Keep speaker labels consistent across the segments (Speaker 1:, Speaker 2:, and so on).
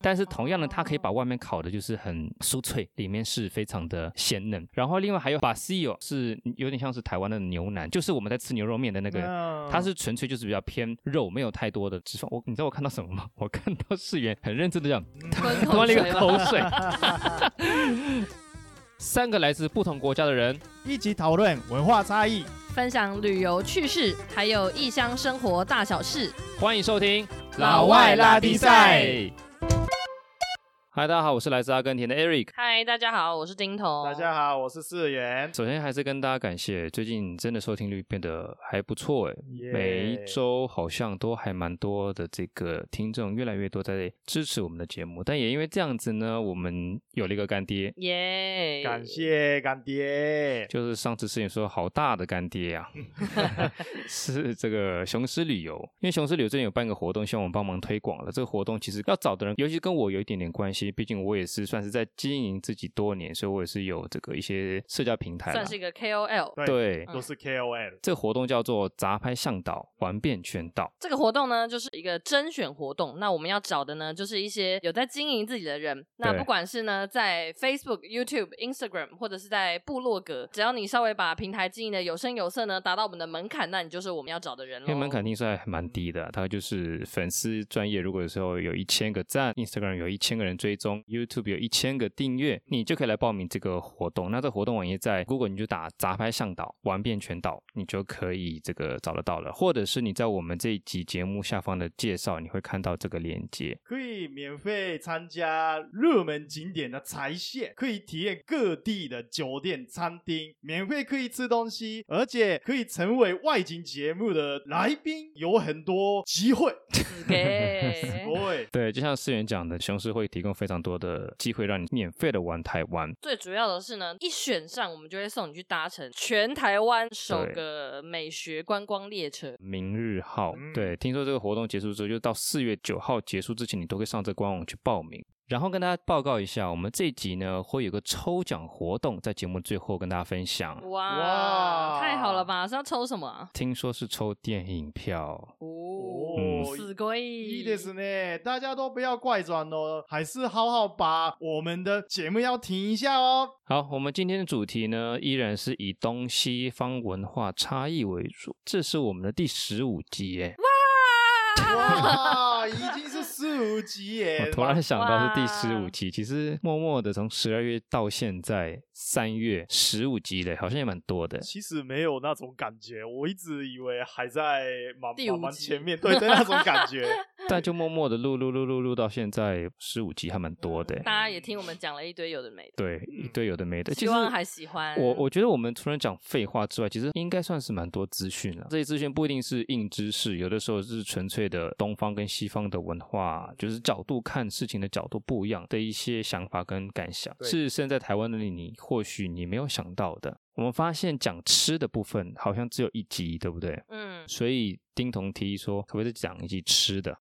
Speaker 1: 但是同样的，它可
Speaker 2: 哦
Speaker 1: 以把外面烤的就是很酥脆，里面是非常的鲜嫩。然后另外还有把 c o 是有点像是台湾的牛腩，就是我们在吃牛肉面的那个，
Speaker 3: 嗯
Speaker 1: 它是纯粹就是比较偏肉，没有太多的脂肪。我你知道我看到什么吗？我看到世源很认真的讲，
Speaker 2: 吞
Speaker 1: 吞
Speaker 2: 口
Speaker 1: 了一个
Speaker 2: 水吧。
Speaker 1: 口水。 三个来自不同国家的人，
Speaker 3: 一起讨论文化差异。
Speaker 2: 分享旅游趣事，还有异乡生活大小事。
Speaker 1: 欢迎收听《
Speaker 2: 老外拉
Speaker 3: 低赛》。
Speaker 1: 嗨，大家好，我是来自阿根廷的 Eric。
Speaker 2: 嗨，大家好，我是丁彤。
Speaker 3: 大家好，我是四元。
Speaker 1: 首先还是跟大家感谢，最近真的收听率变得还不错诶，
Speaker 3: 耶
Speaker 1: 每一周好像都还蛮多的这个听众，越来越多在支持我们的节目。但也因为这样子呢，我们有了一个干爹，
Speaker 2: 耶
Speaker 3: 感谢干爹，
Speaker 1: 就是上次事情说好大的干爹 呀、啊，是这个雄狮旅游，因为雄狮旅游最近有办个活动，希望我们帮忙推广了。这个活动其实要找的人，尤其跟我有一点点关系，毕竟我也是算是在经营自己多年，所以我也是有这个一些社交平台啦，
Speaker 2: 算是一个 KOL。
Speaker 3: 对
Speaker 1: 对。
Speaker 2: 嗯
Speaker 3: 都是 KOL，
Speaker 1: 这个活动叫做“杂拍向导，玩遍全岛
Speaker 2: 这个活动呢，就是一个甄选活动。那我们要找的呢，就是一些有在经营自己的人。那
Speaker 1: 对
Speaker 2: 不管是呢，在 Facebook、YouTube、Instagram，或者是在部落格，只要你稍微把平台经营的有声有色呢，达到我们的门槛，那你就是我们要找的人”，
Speaker 1: 因为
Speaker 2: 了。
Speaker 1: 门槛定算还蛮低的啊、它就是粉丝专业，如果有时候有一千个赞，Instagram 有一千个人追踪，YouTube 有一千个订阅，你就可以来报名这个活动。那这活动网页在 Google 你就打“杂拍向导，玩遍全岛”，你就可以这个找得到了，或者是你在我们这一集节目下方的介绍，你会看到这个链接。
Speaker 3: 可以免费参加热门景点的踩线，可以体验各地的酒店、餐厅，免费可以吃东西，而且可以成为外景节目的来宾，有很多机会。 哎
Speaker 2: 给。
Speaker 3: 对，
Speaker 1: 对，就像思源讲的，雄狮会提供非常多的机会让你免费的玩台湾。
Speaker 2: 最主要的是呢，一选上我们就会送你去搭乘全台湾首个美学观光列车。
Speaker 1: 明日号。
Speaker 3: 嗯
Speaker 1: 对，听说这个活动结束之后，就到四月九号结束之前，你都可以上这官网去报名。然后跟大家报告一下，我们这一集呢会有个抽奖活动，在节目最后跟大家分享。
Speaker 2: 哇，
Speaker 3: 哇
Speaker 2: 太好了吧？是要抽什么啊？
Speaker 1: 听说是抽电影票，
Speaker 2: 哦
Speaker 3: 嗯，
Speaker 2: 死鬼！
Speaker 3: いいですね，大家都不要怪转哦，还是好好把我们的节目要停一下哦。
Speaker 1: 好，我们今天的主题呢，依然是以东西方文化差异为主，这是我们的第十五集耶。
Speaker 3: 哇，已经是四五集耶
Speaker 1: 我！突然想到是第十五
Speaker 2: 哇
Speaker 1: 集，其实默默的从十二月到现在三月十五集嘞，好像也蛮多的。
Speaker 3: 其实没有那种感觉，我一直以为还在蛮
Speaker 2: 第五
Speaker 3: 蛮蛮
Speaker 2: 集
Speaker 3: 前面，对对那种 感觉。
Speaker 1: 但就默默的录录录录录到现在十五集还蛮多的欸，
Speaker 2: 嗯大家也听我们讲了一堆有的没的，
Speaker 1: 对，一堆有的没的。其
Speaker 2: 希
Speaker 1: 实
Speaker 2: 望还喜欢
Speaker 1: 我我觉得我们除了讲废话之外，其实应该算是蛮多资讯了。这些资讯不一定是硬知识，有的时候是纯粹的东方跟西方的文化，就是角度看事情的角度不一样的一些想法跟感想，
Speaker 3: 对
Speaker 1: 是身在台湾的你，或许你没有想到的。我们发现讲吃的部分好像只有一集，对不对？
Speaker 2: 嗯，
Speaker 1: 所以丁彤提议说，可不可以再讲一集吃的？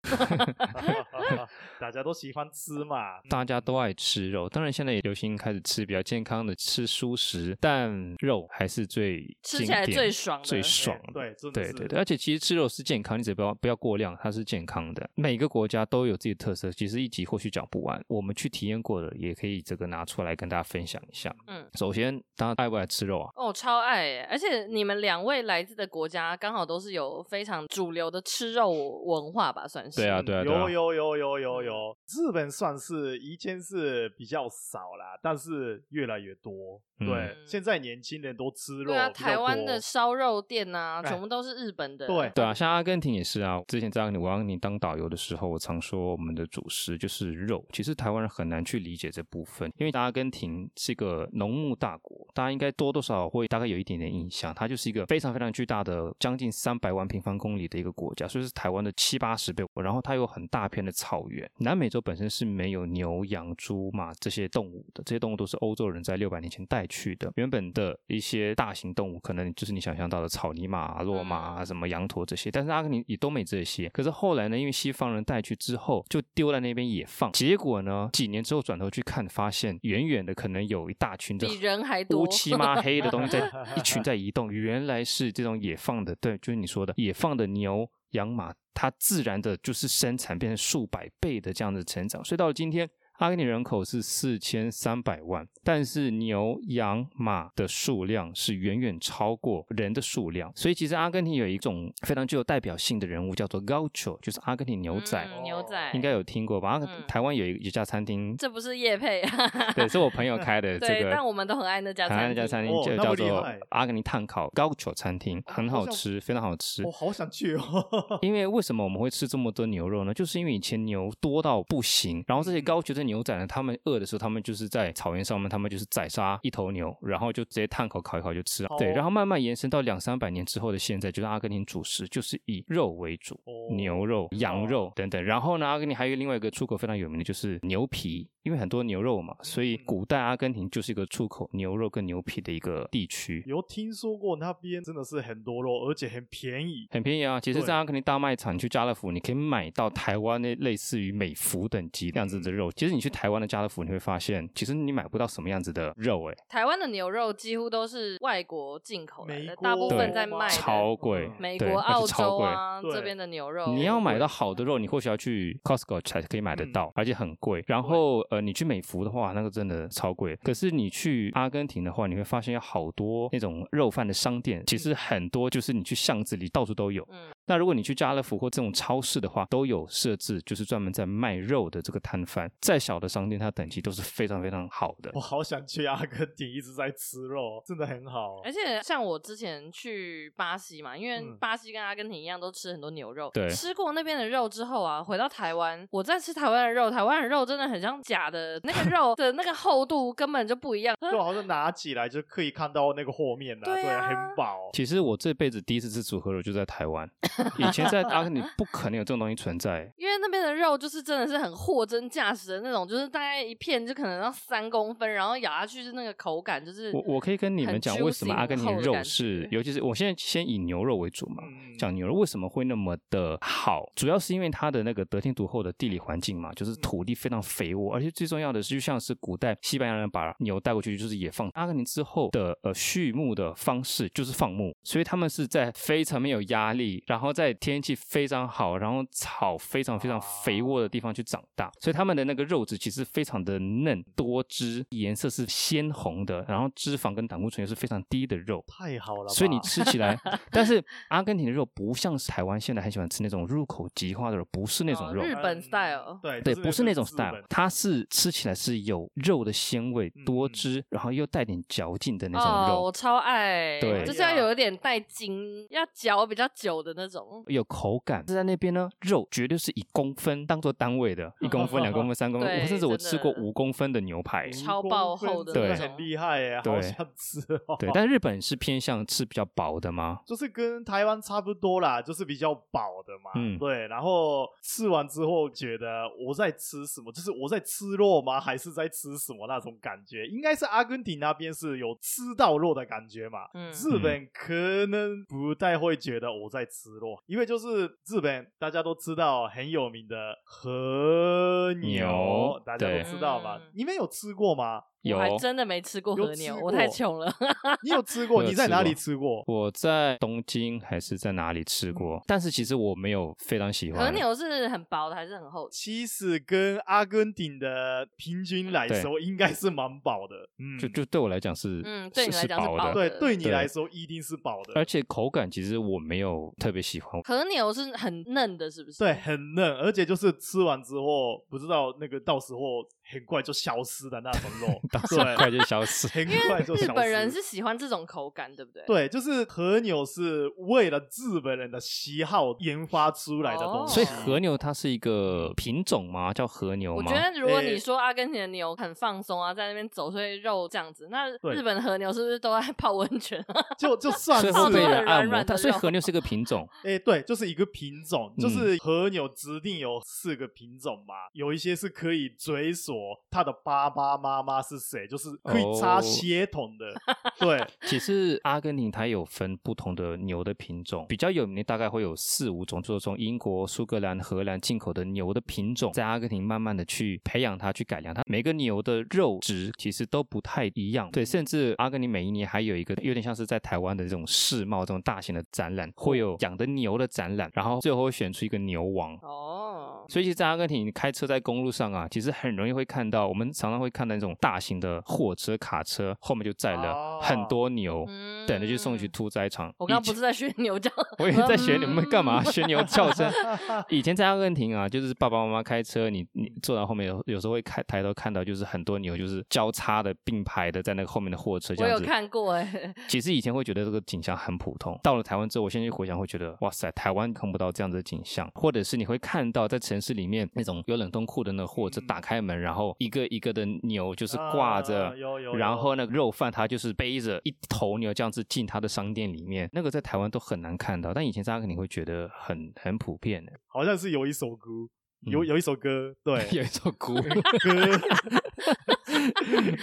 Speaker 3: 大家都喜欢吃嘛，嗯
Speaker 1: 大家都爱吃肉，当然现在也流行开始吃比较健康的，吃蔬食，但肉还是最
Speaker 2: 吃
Speaker 1: 经
Speaker 2: 起来
Speaker 1: 典
Speaker 2: 最爽的
Speaker 1: 最爽的。
Speaker 3: 哎对，真的
Speaker 1: 对
Speaker 3: 是
Speaker 1: 对对，而且其实吃肉是健康，你只不要不要过量，它是健康的。每个国家都有自己的特色，其实一集或许讲不完，我们去体验过的也可以这个拿出来跟大家分享一下。
Speaker 2: 嗯，
Speaker 1: 首先，大家爱不爱吃肉啊？
Speaker 2: 哦，超爱耶！而且你们两位来自的国家刚好都是有非常主流的吃肉文化吧，算是。
Speaker 1: 对啊，对啊，对啊
Speaker 3: 嗯有。有有有有有，日本算是以前是比较少啦，但是越来越多。
Speaker 1: 嗯
Speaker 3: 对，现在年轻人都吃肉比
Speaker 2: 对
Speaker 3: 较
Speaker 2: 啊，
Speaker 3: 多，
Speaker 2: 台湾的烧肉店呐、
Speaker 3: 哎
Speaker 2: 全部都是日本的。
Speaker 3: 对
Speaker 1: 对啊，像阿根廷也是啊。之前在阿根廷我让你当导游的时候，我常说我们的主食就是肉。其实台湾人很难去理解这部分，因为阿根廷是一个农牧大国，大家应该多多少少会大概有一点点印象。它就是一个非常非常巨大的，将近三百万平方公里的一个国家，所以是台湾的七八十倍。然后它有很大片的草原，南美洲本身是没有牛、羊、猪、马这些动物的，这些动物都是欧洲人在六百年前带去的。原本的一些大型动物，可能就是你想象到的草泥马、啊、骆马啊、什么羊驼这些，但是阿根廷也都没这些。可是后来呢，因为西方人带去之后，就丢在那边野放，结果呢，几年之后转头去看，发现远远的可能有一大群的
Speaker 2: 比人还多
Speaker 1: 乌漆嘛黑 的东西在一群在移动，原来是这种野放的，对，就是你说的野放的牛。养马它自然的就是生产变成数百倍的这样的成长，所以到了今天。阿根廷人口是四千三百万，但是牛、羊、马的数量是远远超过人的数量，所以其实阿根廷有一种非常具有代表性的人物叫做 Gaucho，就是阿根廷牛仔，
Speaker 2: 嗯牛仔
Speaker 1: 应该有听过吧？阿根
Speaker 2: 嗯
Speaker 1: 台湾有一有一家餐厅，
Speaker 2: 这不是叶配， 啊
Speaker 1: 对，是我朋友开的这
Speaker 2: 对
Speaker 1: 个，
Speaker 2: 但我们都很爱那家
Speaker 1: 台湾那
Speaker 2: 餐
Speaker 1: 家
Speaker 2: 厅
Speaker 1: 餐厅
Speaker 3: 哦
Speaker 1: 就
Speaker 3: 那
Speaker 1: 叫
Speaker 3: 么厉
Speaker 1: 做
Speaker 3: 害哦
Speaker 1: 阿根廷炭烤 Gaucho 餐厅，很
Speaker 3: 好
Speaker 1: 好
Speaker 3: 像哦
Speaker 1: 吃，非常好吃
Speaker 3: 我、。好想去哦。
Speaker 1: 因为为什么我们会吃这么多牛肉呢？就是因为以前牛多到不行，然后这些
Speaker 3: 嗯
Speaker 1: 高级的牛仔呢，他们饿的时候，他们就是在草原上面，他们就是宰杀一头牛，然后就直接炭烤烤一烤就吃了。
Speaker 3: 哦
Speaker 1: 对，然后慢慢延伸到两三百年之后的现在，就是阿根廷主食就是以肉为主，
Speaker 3: 哦
Speaker 1: 牛肉、羊
Speaker 3: 哦
Speaker 1: 肉等等。然后呢，阿根廷还有另外一个出口非常有名的就是牛皮，因为很多牛肉嘛，所以
Speaker 3: 嗯
Speaker 1: 古代阿根廷就是一个出口牛肉跟牛皮的一个地区。
Speaker 3: 有听说过那边真的是很多肉，而且很便宜。
Speaker 1: 很便宜啊！其实，
Speaker 3: 对
Speaker 1: 在阿根廷大卖场，你去家乐福，你可以买到台湾那类似于美孚等级那样子的
Speaker 3: 嗯
Speaker 1: 肉。其实你去台湾的家乐福，你会发现，其实你买不到什么样子的肉、欸，
Speaker 2: 台湾的牛肉几乎都是外国进口来
Speaker 3: 美
Speaker 2: 的，
Speaker 3: 国
Speaker 2: 大部分
Speaker 1: 对
Speaker 2: 在卖的
Speaker 1: 超贵
Speaker 3: 嗯。
Speaker 2: 美
Speaker 1: 对
Speaker 2: 国、
Speaker 1: 那是
Speaker 2: 澳
Speaker 1: 超
Speaker 2: 洲
Speaker 1: 贵
Speaker 2: 啊
Speaker 3: 对
Speaker 2: 这边的牛肉，
Speaker 1: 你要买到好的嗯肉，你或许要去 Costco 才可以买得到，而且很贵。然后呃，你去美孚的话，那个真的超贵。可是你去阿根廷的话，你会发现有好多那种肉贩的商店，其实很多就是你去巷子里到处都有。
Speaker 2: 嗯
Speaker 1: 那如果你去家乐福或这种超市的话，都有设置就是专门在卖肉的这个摊贩。再小的商店，它等级都是非常非常好的
Speaker 3: 我。好想去阿根廷，一直在吃肉，真的很好。
Speaker 2: 而且像我之前去巴西嘛，因为
Speaker 3: 嗯
Speaker 2: 巴西跟阿根廷一样都吃很多牛肉，
Speaker 1: 对
Speaker 2: 吃过那边的肉之后啊，回到台湾，我再吃台湾的肉，台湾的肉真的很像假的，那个肉的那个厚度根本就不一样。
Speaker 3: 就好像拿起来就可以看到那个和面了，
Speaker 2: 对
Speaker 3: 对，
Speaker 2: 啊
Speaker 3: 很饱。
Speaker 1: 其实我这辈子第一次吃组合肉就在台 湾，以前在阿根廷不可能有这种东西存在。
Speaker 2: 因为那边的肉就是真的是很货真价实的那种，就是大概一片就可能要三公分，然后咬下去是那个口感就是
Speaker 1: 我我可以跟你们
Speaker 2: 很
Speaker 1: 讲
Speaker 2: juicy
Speaker 1: 为什么阿根廷
Speaker 2: 很厚的
Speaker 1: 肉
Speaker 2: 感
Speaker 1: 是
Speaker 2: 觉，
Speaker 1: 尤其是我现在先以牛肉为主嘛，
Speaker 3: 嗯
Speaker 1: 讲牛肉为什么会那么的好，主要是因为它的那个得天独厚的地理环境嘛，就是土地非常肥沃，而且最重要的是，就像是古代西班牙人把牛带过去就是野放，阿根廷之后的呃畜牧的方式就是放牧，所以他们是在非常没有压力，然后在天气非常好，然后草非常非常肥沃的地方去长大，所以他们的那个肉质其实非常的嫩多汁，颜色是鲜红的，然后脂肪跟胆固醇又是非常低的肉，
Speaker 3: 太好了吧，
Speaker 1: 所以你吃起来，但是阿根廷的肉不像是台湾现在很喜欢吃那种入口即化的肉，不是那种
Speaker 2: 哦
Speaker 1: 肉。
Speaker 2: 日本 style
Speaker 3: 嗯对
Speaker 1: 对，
Speaker 3: 就
Speaker 1: 不是那种
Speaker 3: 日本
Speaker 1: style，它是吃起来是有肉的鲜味
Speaker 3: 嗯，
Speaker 1: 多
Speaker 3: 嗯
Speaker 1: 汁，然后又带点嚼劲的那种
Speaker 2: 哦，我
Speaker 1: 肉，
Speaker 2: 超爱，
Speaker 1: 对
Speaker 2: 就是要有一点带筋，要嚼比较久的那种。
Speaker 1: 有口感。在那边呢，肉绝对是以公分当做单位的，一公分、两公分、三公分，
Speaker 2: 对
Speaker 1: 我甚至我
Speaker 2: 真
Speaker 1: 吃过
Speaker 2: 的
Speaker 1: 五公分的牛排。
Speaker 2: 超爆厚的
Speaker 3: 对，
Speaker 1: 那
Speaker 2: 种
Speaker 3: 很厉害耶，好
Speaker 1: 对
Speaker 3: 想吃哦。
Speaker 1: 对，但日本是偏向吃比较薄的吗？
Speaker 3: 就是跟台湾差不多啦，就是比较饱的嘛。
Speaker 1: 嗯
Speaker 3: 对。然后吃完之后觉得我在吃什么？就是我在吃肉吗？还是在吃什么那种感觉？应该是阿根廷那边是有吃到肉的感觉嘛。
Speaker 2: 嗯
Speaker 3: 日本可能不太会觉得我在吃肉，因为就是日本大家都知道很有名的和牛，
Speaker 1: 牛
Speaker 3: 大家都
Speaker 1: 对
Speaker 3: 知道嘛
Speaker 2: 嗯。
Speaker 3: 你们有吃 过吗？
Speaker 1: 有哦
Speaker 2: 我还真的没吃过
Speaker 3: 有
Speaker 2: 和牛，
Speaker 3: 吃
Speaker 2: 我太
Speaker 3: 过
Speaker 2: 穷了。
Speaker 3: 你有吃
Speaker 1: 我
Speaker 3: 过？
Speaker 1: 有
Speaker 3: 你在哪里
Speaker 1: 吃
Speaker 3: 吃过？
Speaker 1: 我在东京还是在哪里吃过，但是其实我没有非常喜欢
Speaker 2: 和牛是很薄的还是很厚？
Speaker 3: 其实跟阿根廷的平均来说，应该是蛮饱的。嗯，
Speaker 1: 就就对我来讲是，
Speaker 2: 嗯对
Speaker 1: 是
Speaker 2: 你来讲是
Speaker 1: 薄
Speaker 2: 薄
Speaker 1: 的，
Speaker 2: 的
Speaker 3: 对，对你
Speaker 1: 对
Speaker 3: 来说一定是饱的，
Speaker 1: 而且口感其实我没有特别喜欢。
Speaker 2: 和牛是很嫩的，是不是？
Speaker 3: 对，很嫩，而且就是吃完之后，不知道那个到时候很快就消失的那种
Speaker 1: ，
Speaker 3: 肉
Speaker 1: 当时很快
Speaker 3: 对，
Speaker 1: 就消失，
Speaker 3: 很快就消失。
Speaker 2: 日本人是喜欢这种口感，对不对？，
Speaker 3: 对，就是和牛是为了日本人的喜好研发出来的东
Speaker 2: 哦
Speaker 3: 西，
Speaker 1: 所以和牛它是一个品种吗？叫和牛
Speaker 2: 我
Speaker 1: 吗
Speaker 2: 觉？得如果
Speaker 3: 诶
Speaker 2: 你说阿根廷的牛很放松啊，在那边走，所以肉这样子，那
Speaker 3: 对
Speaker 2: 日本和牛是不是都在 泡温泉？啊
Speaker 3: 就就算
Speaker 1: 所
Speaker 3: 是
Speaker 1: 以会被
Speaker 2: 哦对
Speaker 1: 人按
Speaker 2: 软软
Speaker 1: 摩，
Speaker 2: 的
Speaker 1: 但所以
Speaker 2: 肉
Speaker 1: 和牛是一个品种。
Speaker 3: 哎、对，就是一个品种，
Speaker 1: 嗯
Speaker 3: 就是和牛指定有四个品种嘛，有一些是可以追溯它的爸爸妈妈是谁，就是可以
Speaker 1: 哦
Speaker 3: 插血统的，对，
Speaker 1: 其实阿根廷它有分不同的牛的品种，比较有名的大概会有四五种，就是从英国、苏格兰、荷兰进口的牛的品种，在阿根廷慢慢的去培养它、去改良它。每个牛的肉质其实都不太一样，对，甚至阿根廷每一年还有一个有点像是在台湾的这种世贸这种大型的展览，会有养的的牛的展览，然后最后会选出一个牛王。
Speaker 2: 哦，
Speaker 1: 所以其实在阿根廷，你开车在公路上啊，其实很容易会看到，我们常常会看到那种大型的货车、卡车后面就载了很多牛，
Speaker 2: 嗯
Speaker 1: 等着去送去。屠宰场。
Speaker 2: 我刚
Speaker 1: 以
Speaker 2: 刚不
Speaker 1: 前
Speaker 2: 是在学牛叫，
Speaker 1: 我也在学你们干嘛？
Speaker 2: 嗯
Speaker 1: 学牛叫 声。以前在阿根廷啊，就是爸爸妈妈开车，你你坐到后面有有时候会开抬头看到，就是很多牛就是交叉的并排的在那个后面的货车这
Speaker 2: 我
Speaker 1: 样
Speaker 2: 有
Speaker 1: 子。
Speaker 2: 看过哎，
Speaker 1: 其实以前会觉得这个景象很普通，到了台湾之后，我现在回想会觉得，哇塞，台湾看不到这样子的景象，或者是你会看到在城市里面那种有冷冻库的那个货车
Speaker 3: 嗯
Speaker 1: 打开门，然后一个一个的牛就是挂着。
Speaker 3: 啊有有有
Speaker 1: 然后那个肉贩他就是背着一头牛这样子进他的商店里面，那个在台湾都很难看到，但以前大家肯定会觉得很很普遍的。
Speaker 3: 好像是有一首歌，有
Speaker 1: 嗯
Speaker 3: 有一首歌，对
Speaker 1: 有一首 歌，
Speaker 3: 歌，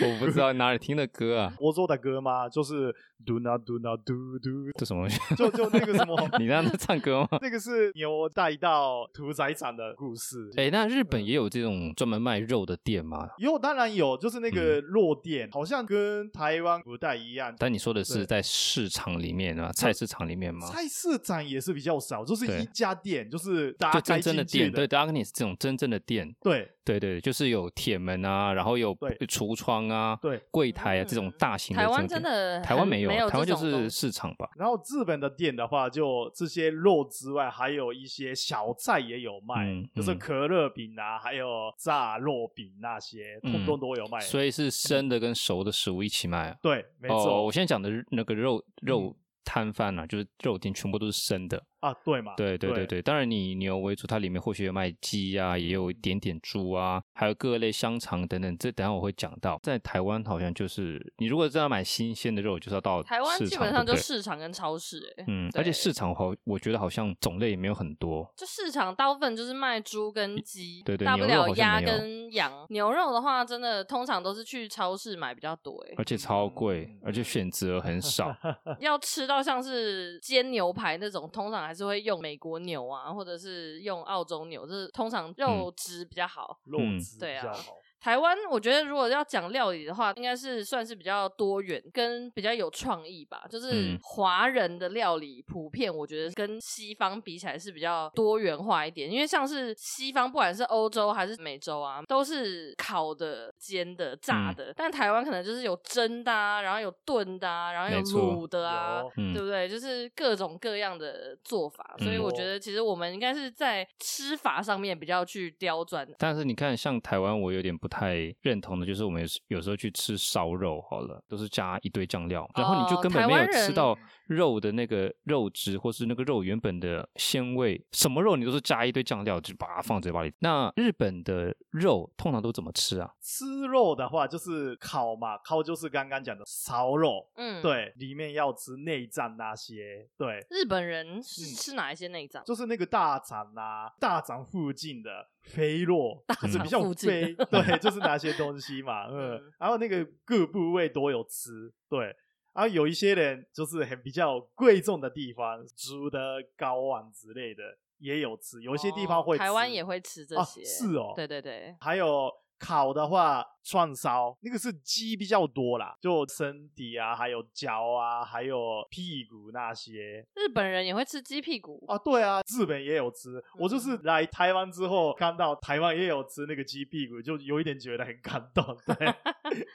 Speaker 1: 我不知道哪里听的歌啊，
Speaker 3: 欧洲的歌嘛，就是嘟那嘟那嘟嘟，
Speaker 1: 这什么？ ，
Speaker 3: 就就那个什么
Speaker 1: 你让他唱歌吗？
Speaker 3: 那个是牛带到屠宰场的故事。
Speaker 1: 哎，那日
Speaker 3: 嗯
Speaker 1: 本也有这种专门卖肉的店吗？
Speaker 3: 有当然有，就是那个
Speaker 1: 嗯
Speaker 3: 肉店，好像跟台湾不太一样。
Speaker 1: 但你说的是
Speaker 3: 对
Speaker 1: 在市场里面啊，菜市场里面吗？
Speaker 3: 菜市场也是比较少，就是
Speaker 1: 对
Speaker 3: 一家店，就是大
Speaker 1: 就真
Speaker 3: 家开
Speaker 1: 正的
Speaker 3: 进
Speaker 1: 店，
Speaker 3: 去
Speaker 1: 对
Speaker 3: 的。
Speaker 1: ，Darkness 这种真正的店，
Speaker 3: 对
Speaker 1: 对对，就是有铁门啊，然后有
Speaker 3: 对
Speaker 1: 橱窗啊、
Speaker 3: 对，
Speaker 1: 柜台啊这种
Speaker 2: 嗯
Speaker 1: 大型的
Speaker 2: 台
Speaker 1: 这种
Speaker 2: 湾
Speaker 1: 店。
Speaker 2: 真的
Speaker 1: 台湾
Speaker 2: 很
Speaker 1: 没有，啊
Speaker 2: 没有
Speaker 1: 台湾
Speaker 2: 这
Speaker 1: 就
Speaker 2: 种
Speaker 1: 是
Speaker 2: 东
Speaker 1: 市场吧。
Speaker 3: 然后日本的店的话，就这些肉之外，还有一些小菜也有卖，
Speaker 1: 嗯
Speaker 3: 就是
Speaker 1: 嗯
Speaker 3: 可乐饼啊，还有炸肉饼那些，
Speaker 1: 嗯
Speaker 3: 通通都有卖。
Speaker 1: 所以是生的跟熟的食物一起卖啊。
Speaker 3: 对，没
Speaker 1: 哦，
Speaker 3: 错、嗯
Speaker 1: 我现在讲的那个肉肉摊贩啊，就是肉店，全部都是生的。
Speaker 3: 啊，对嘛，
Speaker 1: 对对
Speaker 3: 对
Speaker 1: 对对，当然你牛为主，它里面或许有卖鸡啊，也有一点点猪啊，还有各类香肠等等，这等一下我会讲到。在台湾好像就是，你如果真的要买新鲜的肉，就是要到
Speaker 2: 台湾
Speaker 1: 市
Speaker 2: 基
Speaker 1: 场
Speaker 2: 本上
Speaker 1: 对
Speaker 2: 就
Speaker 1: 不对
Speaker 2: 市场跟超市哎，
Speaker 1: 嗯，而且
Speaker 2: 对
Speaker 1: 市场好，我觉得好像种类也没有很多。
Speaker 2: 就市场大部分就是卖猪跟鸡，
Speaker 1: 对对
Speaker 2: 大不
Speaker 1: 牛肉
Speaker 2: 了
Speaker 1: 好像
Speaker 2: 鸭
Speaker 1: 没有
Speaker 2: 跟羊。牛肉的话，真的通常都是去超市买比较多，哎
Speaker 1: 而，且超贵
Speaker 3: 嗯，
Speaker 1: 而且选择很 少。
Speaker 2: 要吃到像是煎牛排那种，通常还是会用美国牛啊，或者是用澳洲牛，就是通常肉质比较好。
Speaker 3: 肉
Speaker 1: 嗯
Speaker 3: 质
Speaker 2: 对
Speaker 3: 比
Speaker 2: 啊
Speaker 3: 较好。
Speaker 2: 台湾我觉得如果要讲料理的话，应该是算是比较多元跟比较有创意吧。就是
Speaker 1: 嗯
Speaker 2: 华人的料理普遍，我觉得跟西方比起来是比较多元化一点，因为像是西方不管是欧洲还是美洲啊，都是烤的、煎的、
Speaker 1: 嗯
Speaker 2: 炸的，但台湾可能就是有蒸的啊，然后有炖的啊，然后有
Speaker 1: 没错
Speaker 2: 卤的啊
Speaker 3: 有，
Speaker 1: 嗯
Speaker 2: 对不对？就是各种各样的做法，所以
Speaker 1: 嗯
Speaker 2: 我觉得其实我们应该是在吃法上面比较去刁钻的。
Speaker 1: 但是你看，像台湾，我有点不太认同的，就是我们有时有时候去吃烧肉，好了，都是加一堆酱料，然后你就根本
Speaker 2: 哦台
Speaker 1: 没有
Speaker 2: 湾人
Speaker 1: 吃到肉的那个肉质，或是那个肉原本的鲜味。什么肉你都是加一堆酱料，就把它放嘴巴里。那日本的肉通常都怎么吃啊？
Speaker 3: 吃肉的话就是烤嘛，烤就是刚刚讲的烧肉，
Speaker 2: 嗯，。
Speaker 3: 对，里面要吃内脏那些，对，
Speaker 2: 日本人是
Speaker 3: 嗯
Speaker 2: 吃哪一些内脏？
Speaker 3: 就是那个大肠啊，大肠附近的肥肉，
Speaker 2: 大
Speaker 3: 就是
Speaker 2: 肠
Speaker 3: 比较
Speaker 2: 附
Speaker 3: 肥
Speaker 2: 近，
Speaker 3: 对，就是那些东西嘛，嗯
Speaker 2: 嗯，
Speaker 3: 然后那个各部位都有吃，对。然后有一些人就是很比较贵重的地方，猪的睾丸之类的也有吃，有一些地方会
Speaker 2: 哦台湾也
Speaker 3: 会。
Speaker 2: 会吃这
Speaker 3: 啊
Speaker 2: 些，
Speaker 3: 是哦
Speaker 2: 对对对，
Speaker 3: 还有烤的话，串烧那个是鸡比较多啦，就身体啊，还有脚啊，还有屁股那些
Speaker 2: 日本人也会吃鸡屁股
Speaker 3: 啊。对啊，日本也有吃。我
Speaker 2: 嗯
Speaker 3: 就是来台湾之后，看到台湾也有吃那个鸡屁股，就有一点觉得很感动。 对，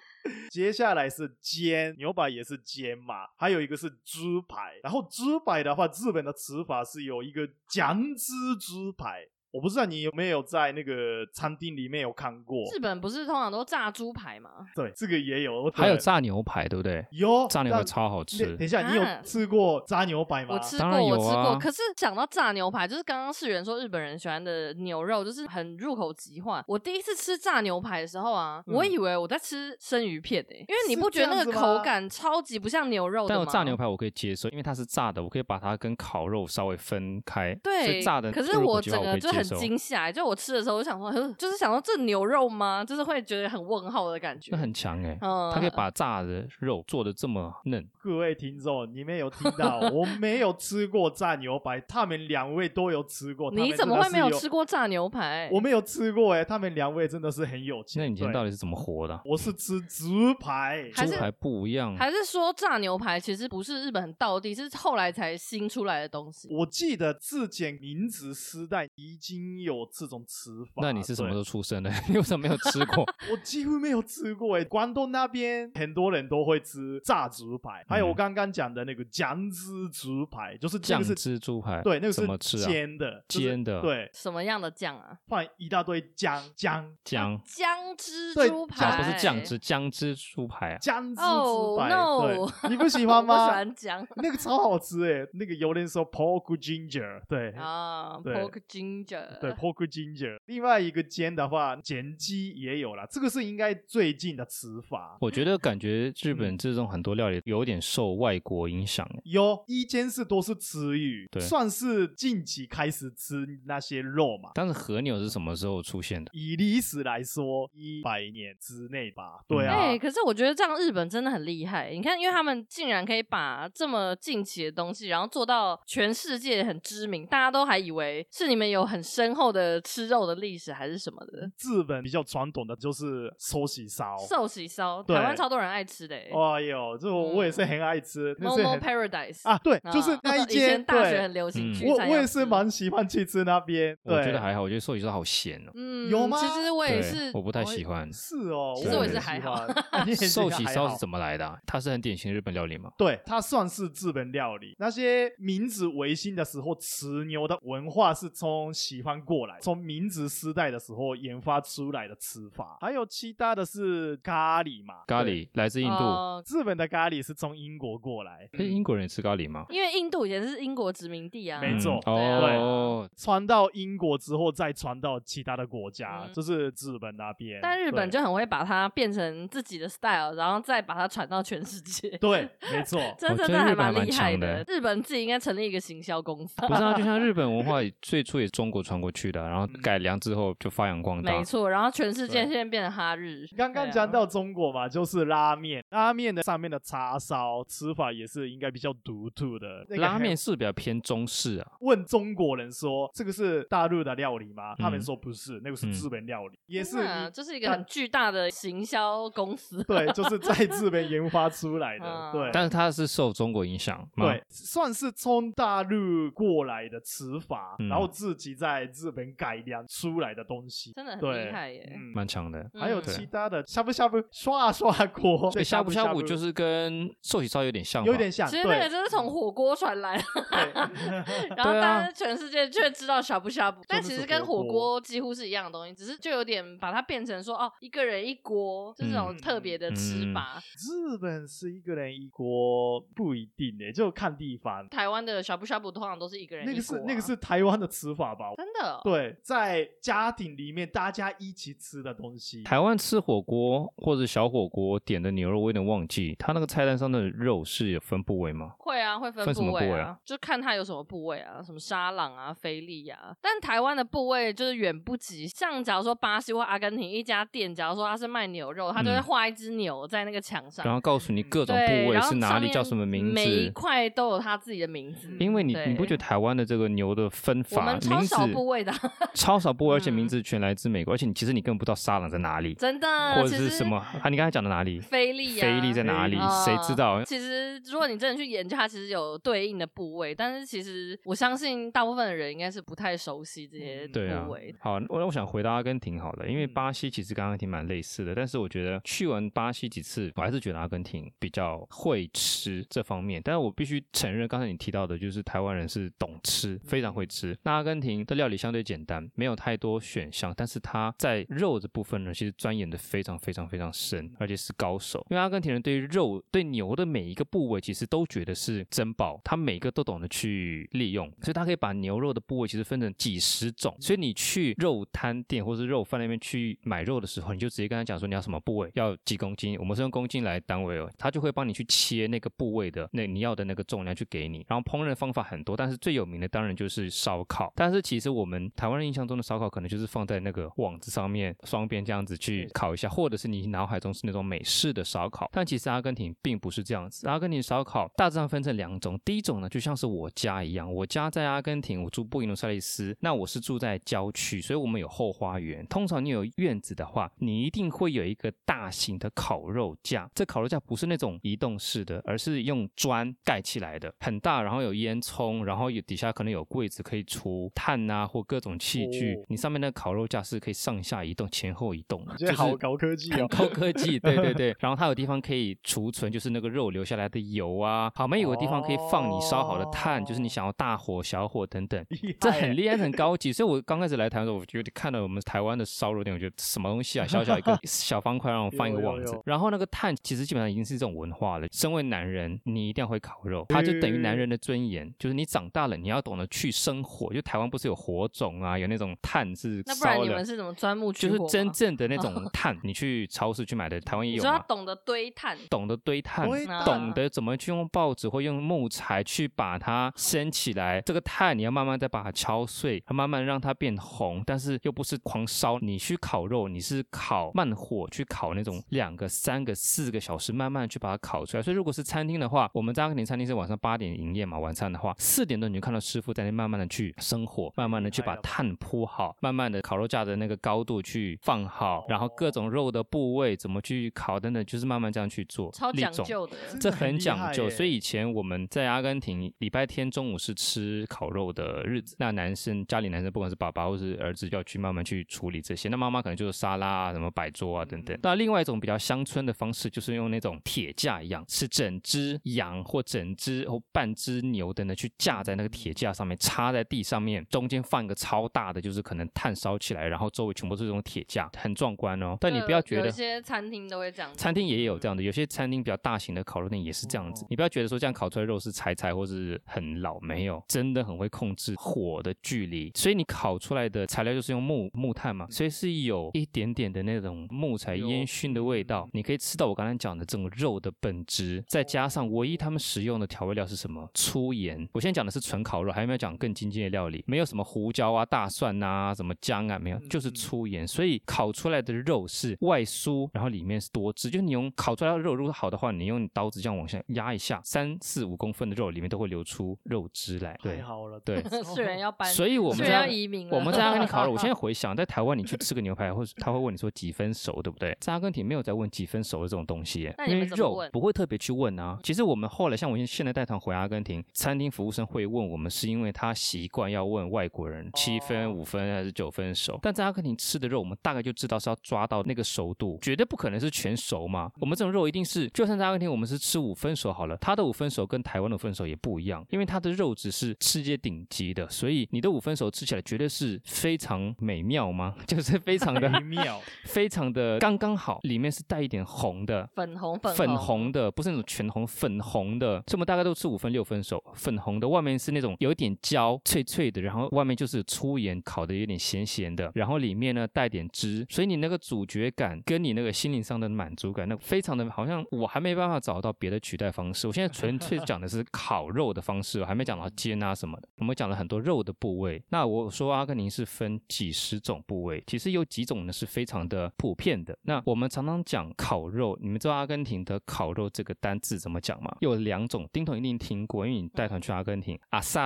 Speaker 3: 接下来是煎牛排，也是煎嘛，还有一个是猪排。然后猪排的话，日本的吃法是有一个酱汁猪排。我不知道你有没有在那个餐厅里面有看过，
Speaker 2: 日本不是通常都炸猪排吗？
Speaker 3: 对，这个也有，
Speaker 1: 还有
Speaker 3: 对
Speaker 1: 炸牛排，对不对？
Speaker 3: 有
Speaker 1: 炸牛排
Speaker 3: 但
Speaker 1: 超好
Speaker 3: 等
Speaker 1: 吃
Speaker 3: 等。一下，你
Speaker 2: 啊
Speaker 3: 有吃过炸牛排吗？
Speaker 2: 我吃过，
Speaker 1: 当然有啊
Speaker 2: 我吃过。可是讲到炸牛排，就是刚刚世元说日本人喜欢的牛肉，就是很入口即化。我第一次吃炸牛排的时候啊，
Speaker 3: 嗯
Speaker 2: 我以为我在吃生鱼片诶、因为你
Speaker 3: 是
Speaker 2: 不觉得那个
Speaker 3: 这样子吗
Speaker 2: 口感超级不像牛肉的
Speaker 1: 但
Speaker 2: 吗？
Speaker 1: 我炸牛排我可以接受，因为它是炸的，我可以把它跟烤肉稍微分开。所以
Speaker 2: 对，
Speaker 1: 炸的
Speaker 2: 可是
Speaker 1: 入口
Speaker 2: 我
Speaker 1: 即化
Speaker 2: 整
Speaker 1: 我
Speaker 2: 个
Speaker 1: 可以
Speaker 2: 就
Speaker 1: 接
Speaker 2: 很
Speaker 1: 受
Speaker 2: 惊吓欸，就我吃的时候，我想说， 呃就是想说这牛肉吗？就是会觉得很问号的感觉。
Speaker 1: 那很强哎、
Speaker 2: 嗯
Speaker 1: 它可以把炸的肉做的这么嫩，
Speaker 3: 各位听众，你们有听 到？我没有吃过炸牛排，他们两位都有吃过。他
Speaker 2: 你
Speaker 3: 们
Speaker 2: 怎么
Speaker 3: 真的
Speaker 2: 会没有
Speaker 3: 哦是
Speaker 2: 吃？过炸牛排？
Speaker 3: 我没有吃过哎、他们两位真的是很有钱。
Speaker 1: 那你以前
Speaker 3: 对
Speaker 1: 到底是怎么活的啊、
Speaker 3: 我是吃猪排，
Speaker 2: 还
Speaker 1: 猪
Speaker 2: 是
Speaker 1: 排不一样，
Speaker 2: 还是说炸牛排其实不是日本很道地，是后来才新出来的东西？
Speaker 3: 我记得质检明治时代已经有这种吃法。
Speaker 1: 那你是什么时
Speaker 3: 对
Speaker 1: 候出生的？ 你为什么没有吃过？
Speaker 3: 我几乎没有吃过哎、广东那边很多人都会吃炸猪排，
Speaker 1: 嗯
Speaker 3: 还有我刚刚讲的那个酱汁猪排，就是那
Speaker 1: 酱
Speaker 3: 个是
Speaker 1: 汁猪排，
Speaker 3: 对，那个
Speaker 1: 怎么
Speaker 3: 是
Speaker 1: 吃啊？
Speaker 3: 煎的，就是
Speaker 1: 煎的
Speaker 3: 对，
Speaker 2: 什么样的酱啊？
Speaker 3: 放一大堆姜姜
Speaker 1: 姜
Speaker 2: 姜汁
Speaker 3: 对
Speaker 2: 猪
Speaker 1: 酱
Speaker 2: 排
Speaker 1: 不是酱汁，姜汁猪排啊，
Speaker 3: 姜汁猪
Speaker 2: 哦
Speaker 3: 排
Speaker 2: ，no，
Speaker 3: 对，你不喜 欢
Speaker 2: 我
Speaker 3: 吗？
Speaker 2: 不喜欢姜
Speaker 3: 那个超好吃哎、那个有人说 pork ginger，对。
Speaker 2: 啊
Speaker 3: 对
Speaker 2: ，pork ginger，
Speaker 3: 对，pork ginger。另外一个煎的话，煎鸡也有啦，这个是应该最近的吃法。
Speaker 1: 我觉得感 觉日
Speaker 3: 嗯
Speaker 1: 本这种很多料理有点受外国影响欸，
Speaker 3: 有一间是都是吃鱼，
Speaker 1: 对
Speaker 3: 算是近期开始吃那些肉嘛。
Speaker 1: 但是和牛是什么时候出现的？
Speaker 3: 以历史来说，一百年之内吧。对啊，
Speaker 2: 哎、可是我觉得这样日本真的很厉害。你看，因为他们竟然可以把这么近期的东西，然后做到全世界很知名，大家都还以为是你们有很深厚的吃肉的历史还是什么的。
Speaker 3: 日本比较传统的就是寿喜烧。
Speaker 2: 寿喜烧，
Speaker 3: 对
Speaker 2: 台湾超多人爱吃的、欸。
Speaker 3: 哎呦，这我我也是
Speaker 2: 嗯
Speaker 3: 很爱吃，那是
Speaker 2: Momo
Speaker 3: 很
Speaker 2: Paradise
Speaker 3: 啊，对，就是那一
Speaker 2: 以前
Speaker 3: 间，
Speaker 2: 大学
Speaker 3: 对
Speaker 2: 很，流行
Speaker 1: 嗯
Speaker 2: 聚
Speaker 3: 我
Speaker 2: 餐
Speaker 3: 我
Speaker 2: 要
Speaker 3: 也是
Speaker 2: 吃
Speaker 3: 蛮喜欢去吃那边。
Speaker 1: 我觉
Speaker 3: 对
Speaker 1: 得还好，我觉得寿喜烧好咸哦，
Speaker 2: 嗯，
Speaker 3: 有吗
Speaker 2: 其实我也
Speaker 1: 对
Speaker 2: 是，，
Speaker 1: 我不太喜欢。
Speaker 3: 是哦，
Speaker 2: 其实
Speaker 1: 我
Speaker 3: 也
Speaker 1: 也是
Speaker 3: 喜
Speaker 2: 还好
Speaker 3: 欢。 你也是
Speaker 1: 寿喜
Speaker 3: 还
Speaker 1: 烧
Speaker 3: 好
Speaker 1: 是怎么来的啊？它是很典型的日本料理吗？
Speaker 3: 对，它算是日本料理。那些明治维新的时候，持牛的文化是从西方过来，从明治时代的时候研发出来的吃法。还有其他的是咖喱嘛，
Speaker 1: 咖
Speaker 3: 对。
Speaker 1: 喱来自印度，
Speaker 2: 哦
Speaker 3: 日本的咖喱是从英国过来，
Speaker 1: 诶英国人也吃咖喱吗？
Speaker 2: 因为印度以前是英国殖民地啊，
Speaker 3: 没
Speaker 1: 嗯
Speaker 3: 错对
Speaker 1: 哦，
Speaker 3: 传到英国之后再传到其他的国家，
Speaker 2: 嗯
Speaker 3: 就是日本那边。
Speaker 2: 但日本
Speaker 3: 对
Speaker 2: 就很会把它变成自己的 style，然后再把它传到全世界。
Speaker 3: 对，没 错，
Speaker 2: 真
Speaker 1: 我
Speaker 2: 的
Speaker 1: 觉得
Speaker 2: 真的
Speaker 1: 日
Speaker 2: 还
Speaker 1: 本还蛮
Speaker 2: 厉害
Speaker 1: 强的欸
Speaker 2: 日本自己应该成立一个行销公司，
Speaker 1: 不是啊，就像日本文化也最初也是中国传过去的，啊然后
Speaker 3: 嗯
Speaker 1: 改良之后就发扬光大
Speaker 2: 没。错。然后全世界
Speaker 3: 对
Speaker 2: 现在变成哈日，
Speaker 3: 刚刚
Speaker 2: 对啊
Speaker 3: 讲到中国嘛，就是拉面，拉面的上面的叉烧吃法也是应该比较独特的。那个
Speaker 1: 拉面
Speaker 3: 很
Speaker 1: 是比较偏中式啊，
Speaker 3: 问中国人说这个是大陆的料理吗？他们
Speaker 1: 嗯
Speaker 3: 说不是，那个是
Speaker 1: 嗯
Speaker 3: 日本料理，也是
Speaker 2: 天哪
Speaker 3: 你
Speaker 2: 这是一个很巨大的行销公司。
Speaker 3: 对，就是在日本研发出 来的，
Speaker 2: 嗯
Speaker 3: 对。
Speaker 1: 但是嗯它是受中国影响吗？
Speaker 3: 对，算是从大陆过来的吃法，
Speaker 1: 嗯
Speaker 3: 然后自己在日本改良出来的东西，
Speaker 2: 真的很
Speaker 3: 对
Speaker 2: 厉害耶
Speaker 3: 嗯
Speaker 1: 蛮强的。
Speaker 2: 嗯
Speaker 3: 还有
Speaker 1: 对
Speaker 3: 其他的呷不呷不刷啊刷锅，
Speaker 1: 所以呷哺
Speaker 3: 呷
Speaker 1: 呷哺就是跟寿喜烧有点像吧，
Speaker 3: 有点像，
Speaker 2: 其实那个
Speaker 3: 对，
Speaker 2: 真是
Speaker 1: 嗯
Speaker 2: 从火锅传来的，
Speaker 3: 对
Speaker 2: 然后
Speaker 1: 对啊
Speaker 2: 大家全世界却知道呷不呷哺，但其实跟
Speaker 3: 火
Speaker 2: 火
Speaker 3: 锅
Speaker 2: 锅几乎是一样的东西，只是就有点把它变成说哦，一个人一锅，就这种
Speaker 3: 嗯
Speaker 2: 特别的吃法。
Speaker 3: 日本是一个人一锅不一定诶，就看地方。
Speaker 2: 台湾的呷不呷哺通常都是一个人
Speaker 3: 那
Speaker 2: 一
Speaker 3: 个
Speaker 2: 锅啊、
Speaker 3: 是那个是台湾的吃法 吧？
Speaker 2: 真的哦、
Speaker 3: 对，在家庭里面大家一起吃的东西。
Speaker 1: 台湾吃火锅或者小火锅点的牛肉，我有点忘记，它那个菜单上的肉是有分部位吗？
Speaker 2: 会啊，会分
Speaker 1: 分什么
Speaker 2: 部位
Speaker 1: 部位
Speaker 2: 啊
Speaker 1: 啊，
Speaker 2: 就看它有什么部位啊，什么沙朗啊、菲力啊。但台湾的部位就是远不及，像假如说巴西或阿根廷一家店，假如说它是卖牛肉，它就会
Speaker 1: 嗯
Speaker 2: 画一只牛在那个墙上，
Speaker 1: 然后告诉你各种
Speaker 2: 啊嗯对，
Speaker 1: 部位
Speaker 2: 然后
Speaker 1: 是哪
Speaker 2: 上
Speaker 1: 里，
Speaker 2: 面
Speaker 1: 叫什么名
Speaker 2: 每一
Speaker 1: 字。
Speaker 2: 块都有它自己的名字。
Speaker 1: 因为你你不觉得
Speaker 2: 得
Speaker 1: 台湾的这个牛的分
Speaker 2: 嗯我
Speaker 1: 法
Speaker 2: 们超
Speaker 1: 名字
Speaker 2: 少部位的，
Speaker 1: 超少部位，而且
Speaker 2: 嗯
Speaker 1: 名字全来自美国，而且你其实你根本不知道沙朗在哪里，
Speaker 2: 真的，
Speaker 1: 或者
Speaker 2: 其
Speaker 1: 是
Speaker 2: 实
Speaker 1: 什么啊？你刚才讲的哪里？
Speaker 2: 菲力啊，
Speaker 1: 菲力在哪里？
Speaker 2: 啊
Speaker 1: 谁知道？
Speaker 2: 其实，如果你真的去研究，它其实有对应的部位，但是其实我相信大部分的人应该是不太熟悉这些
Speaker 3: 嗯
Speaker 1: 对啊
Speaker 2: 部位。，
Speaker 1: 好，我我想回答阿根廷好了，因为
Speaker 3: 嗯
Speaker 1: 巴西其实跟阿根廷蛮类似的，但是我觉得去完巴西几次，我还是觉得阿根廷比较会吃这方面。但是我必须承认，刚才你提到的，就是台湾人是懂吃，非常会吃。那阿根廷的料理相对简单，没有太多选项，但是它在肉这部分呢，其实钻研的非常非常非常深，而且是高手。因为阿根廷人对于肉、对牛的每一个部位，其实都觉得是珍宝，他每个都懂得去利用，所以他可以把牛肉的部位其实分成几十种。所以你去肉摊店或是肉贩那边去买肉的时候，你就直接跟他讲说你要什么部位，要几公斤，我们是用公斤来单位哦，他就会帮你去切那个部位的那你要的那个重量去给你。然后烹饪方法很多，但是最有名的当然就是烧烤。但是其实实我们台湾人印象中的烧烤，可能就是放在那个网子上面双边这样子去烤一下，或者是你脑海中是那种美式的烧烤。但其实阿根廷并不是这样子，阿根廷烧烤大致上分成两种，第一种呢就像是我家一样，我家在阿根廷，我住布宜诺斯艾利斯，那我是住在郊区，所以我们有后花园。通常你有院子的话，你一定会有一个大型的烤肉架，这烤肉架不是那种移动式的，而是用砖盖起来的，很大，然后有烟囱，然后有底下可能有柜子可以储炭啊或各种器具。
Speaker 3: 哦
Speaker 1: 你上面那个烤肉架是可以上下移动、前后移动的，
Speaker 3: 觉
Speaker 1: 就
Speaker 3: 得
Speaker 1: 是
Speaker 3: 好高科技哦
Speaker 1: 很。高科技，对对对。然后它有地方可以储存，就是那个肉留下来的油啊，旁边有个地方可以放你烧好的炭，就是你想要大火、小火等等。
Speaker 3: 厉
Speaker 1: 这
Speaker 3: 害欸耶
Speaker 1: 很厉害，很高 级。所以我刚开始来台湾的时候，我就有点看到我们台湾的烧肉店，我觉得什么东西啊，小小一 个小方块，让我放一个
Speaker 3: 有有
Speaker 1: 网子
Speaker 3: 有。
Speaker 1: 然后那个炭其实基本上已经是这种文化了。身为男人，你一定要会烤肉，它就等于男人的尊严，就是你长大了，你要懂得去生火。就台湾不是有火种啊，有那种炭是
Speaker 2: 那不然
Speaker 1: 烧
Speaker 2: 你们
Speaker 1: 了。
Speaker 2: 是怎么钻木取
Speaker 1: 就
Speaker 2: 火
Speaker 1: 是
Speaker 2: 吗？
Speaker 1: 真正的那 种炭，你去超市去买的，台湾也
Speaker 2: 你
Speaker 1: 有
Speaker 2: 说要
Speaker 1: 嘛？
Speaker 2: 懂得堆炭，
Speaker 1: 懂得堆炭，
Speaker 3: 对
Speaker 2: 啊
Speaker 1: 懂得怎么去用报纸或用木材去把它升起来。这个炭你要慢慢再把它敲碎，慢慢让它变红，但是又不是狂烧。你去烤肉，你是烤慢火去烤那种两个、三个、四个小时，慢慢去把它烤出来。所以如果是餐厅的话，我们在阿根廷餐厅是晚上八点营业嘛，晚餐的话四点多你就看到师傅在那慢慢的去生火，慢慢的去把炭铺好，慢慢的烤肉架的那个高度去放好，然后各种肉的部位怎么去烤等等，就是慢慢这样去做。
Speaker 2: 超讲
Speaker 1: 立种
Speaker 2: 究的。
Speaker 1: 这
Speaker 3: 真的很
Speaker 1: 很
Speaker 3: 厉
Speaker 1: 讲
Speaker 3: 害欸
Speaker 1: 究，
Speaker 3: 耶
Speaker 1: 所以以前我们在阿根廷礼拜天中午是吃烤肉的日子，那男生家里男生不管是爸爸或是儿子，要去慢慢去处理这些。那妈妈可能就是沙拉啊、什么摆桌啊等
Speaker 3: 嗯
Speaker 1: 等。那另外一种比较乡村的方式，就是用那种铁架一样，是整只羊或整只或半只牛等等去架在那个铁架上面，插在地上面，中间放一个超大的，就是可能炭烧起来，然后周围全部是这种铁架，很壮观哦。但你
Speaker 3: 呃
Speaker 1: 不要觉
Speaker 2: 有
Speaker 1: 得
Speaker 2: 一些餐厅都会这样子，
Speaker 1: 餐厅也有这样的，有些餐厅比较大型的烤肉店也是这样子。
Speaker 3: 哦
Speaker 1: 你不要觉得说这样烤出来的肉是柴柴或是很老，没有，真的很会控制火的距离。所以你烤出来的材料就是用木木炭嘛，所以是有一点点的那种木材
Speaker 3: 有
Speaker 1: 烟熏的味道
Speaker 3: 嗯，
Speaker 1: 你可以吃到我刚才讲的这种肉的本质。再加上唯一他们使用的调味料是什么？粗盐。我现在讲的是纯烤肉，还有没有讲更精进的料理？没有什么胡椒啊、大蒜啊、什么姜啊，没有，就是
Speaker 3: 嗯
Speaker 1: 粗。粗盐，所以烤出来的肉是外酥，然后里面是多汁。就是你用烤出来的肉，如果好的话，你用刀子这样往下压一下，三四五公分的肉里面都会流出肉汁来。
Speaker 3: 太
Speaker 1: 对
Speaker 3: 好了，
Speaker 1: 对
Speaker 2: 虽然要搬，
Speaker 1: 所以我们
Speaker 2: 虽然要
Speaker 1: 在
Speaker 2: 移民了，
Speaker 1: 我们在阿根廷烤肉，我现在回想，在台湾你去吃个牛排，或者他会问你说几分熟，对不 对？在阿根廷没有在问几分熟的这种东西耶
Speaker 2: 那，你
Speaker 1: 因
Speaker 2: 们
Speaker 1: 为
Speaker 2: 怎么
Speaker 1: 肉
Speaker 2: 问
Speaker 1: 不会特别去问啊。其实我们后来像我现在带团回阿根廷，餐厅服务生会问我们，是因为他习惯要问外国人七分、五分还是九分熟。但在阿根廷吃的肉，我们大概就知道是要抓到那个熟度，绝对不可能是全熟嘛。我们这种肉一定是，就算在阿根廷我们是吃五分熟好了，它的五分熟跟台湾的五分熟也不一样，因为它的肉质是世界顶级的，所以你的五分熟吃起来绝对是非常美妙吗？ 就是非常的
Speaker 3: 一秒，
Speaker 1: 非常的刚刚好，里面是带一点红的，
Speaker 2: 粉红粉
Speaker 1: 粉红的，不是那种全红，粉红的。所以我们大概都吃五分六分熟，粉红的，外面是那种有一点焦脆脆的，然后外面就是粗盐烤的有点咸咸的，然后里面呢带点汁，所以你那个主角感跟你那个心灵上的满足感，那非常的好像我还没办法找到别的取代方式。我现在纯 粹讲的是烤肉的方式，我还没讲到煎啊什么的。我们讲了很多肉的部位，那我说阿根廷是分几十种部位，其实有几种呢是非常的普遍的。那我们常常讲烤肉，你们知道阿根廷的烤肉这个单字怎么讲吗？有两种，丁总一定听过，因为你带团去阿根廷。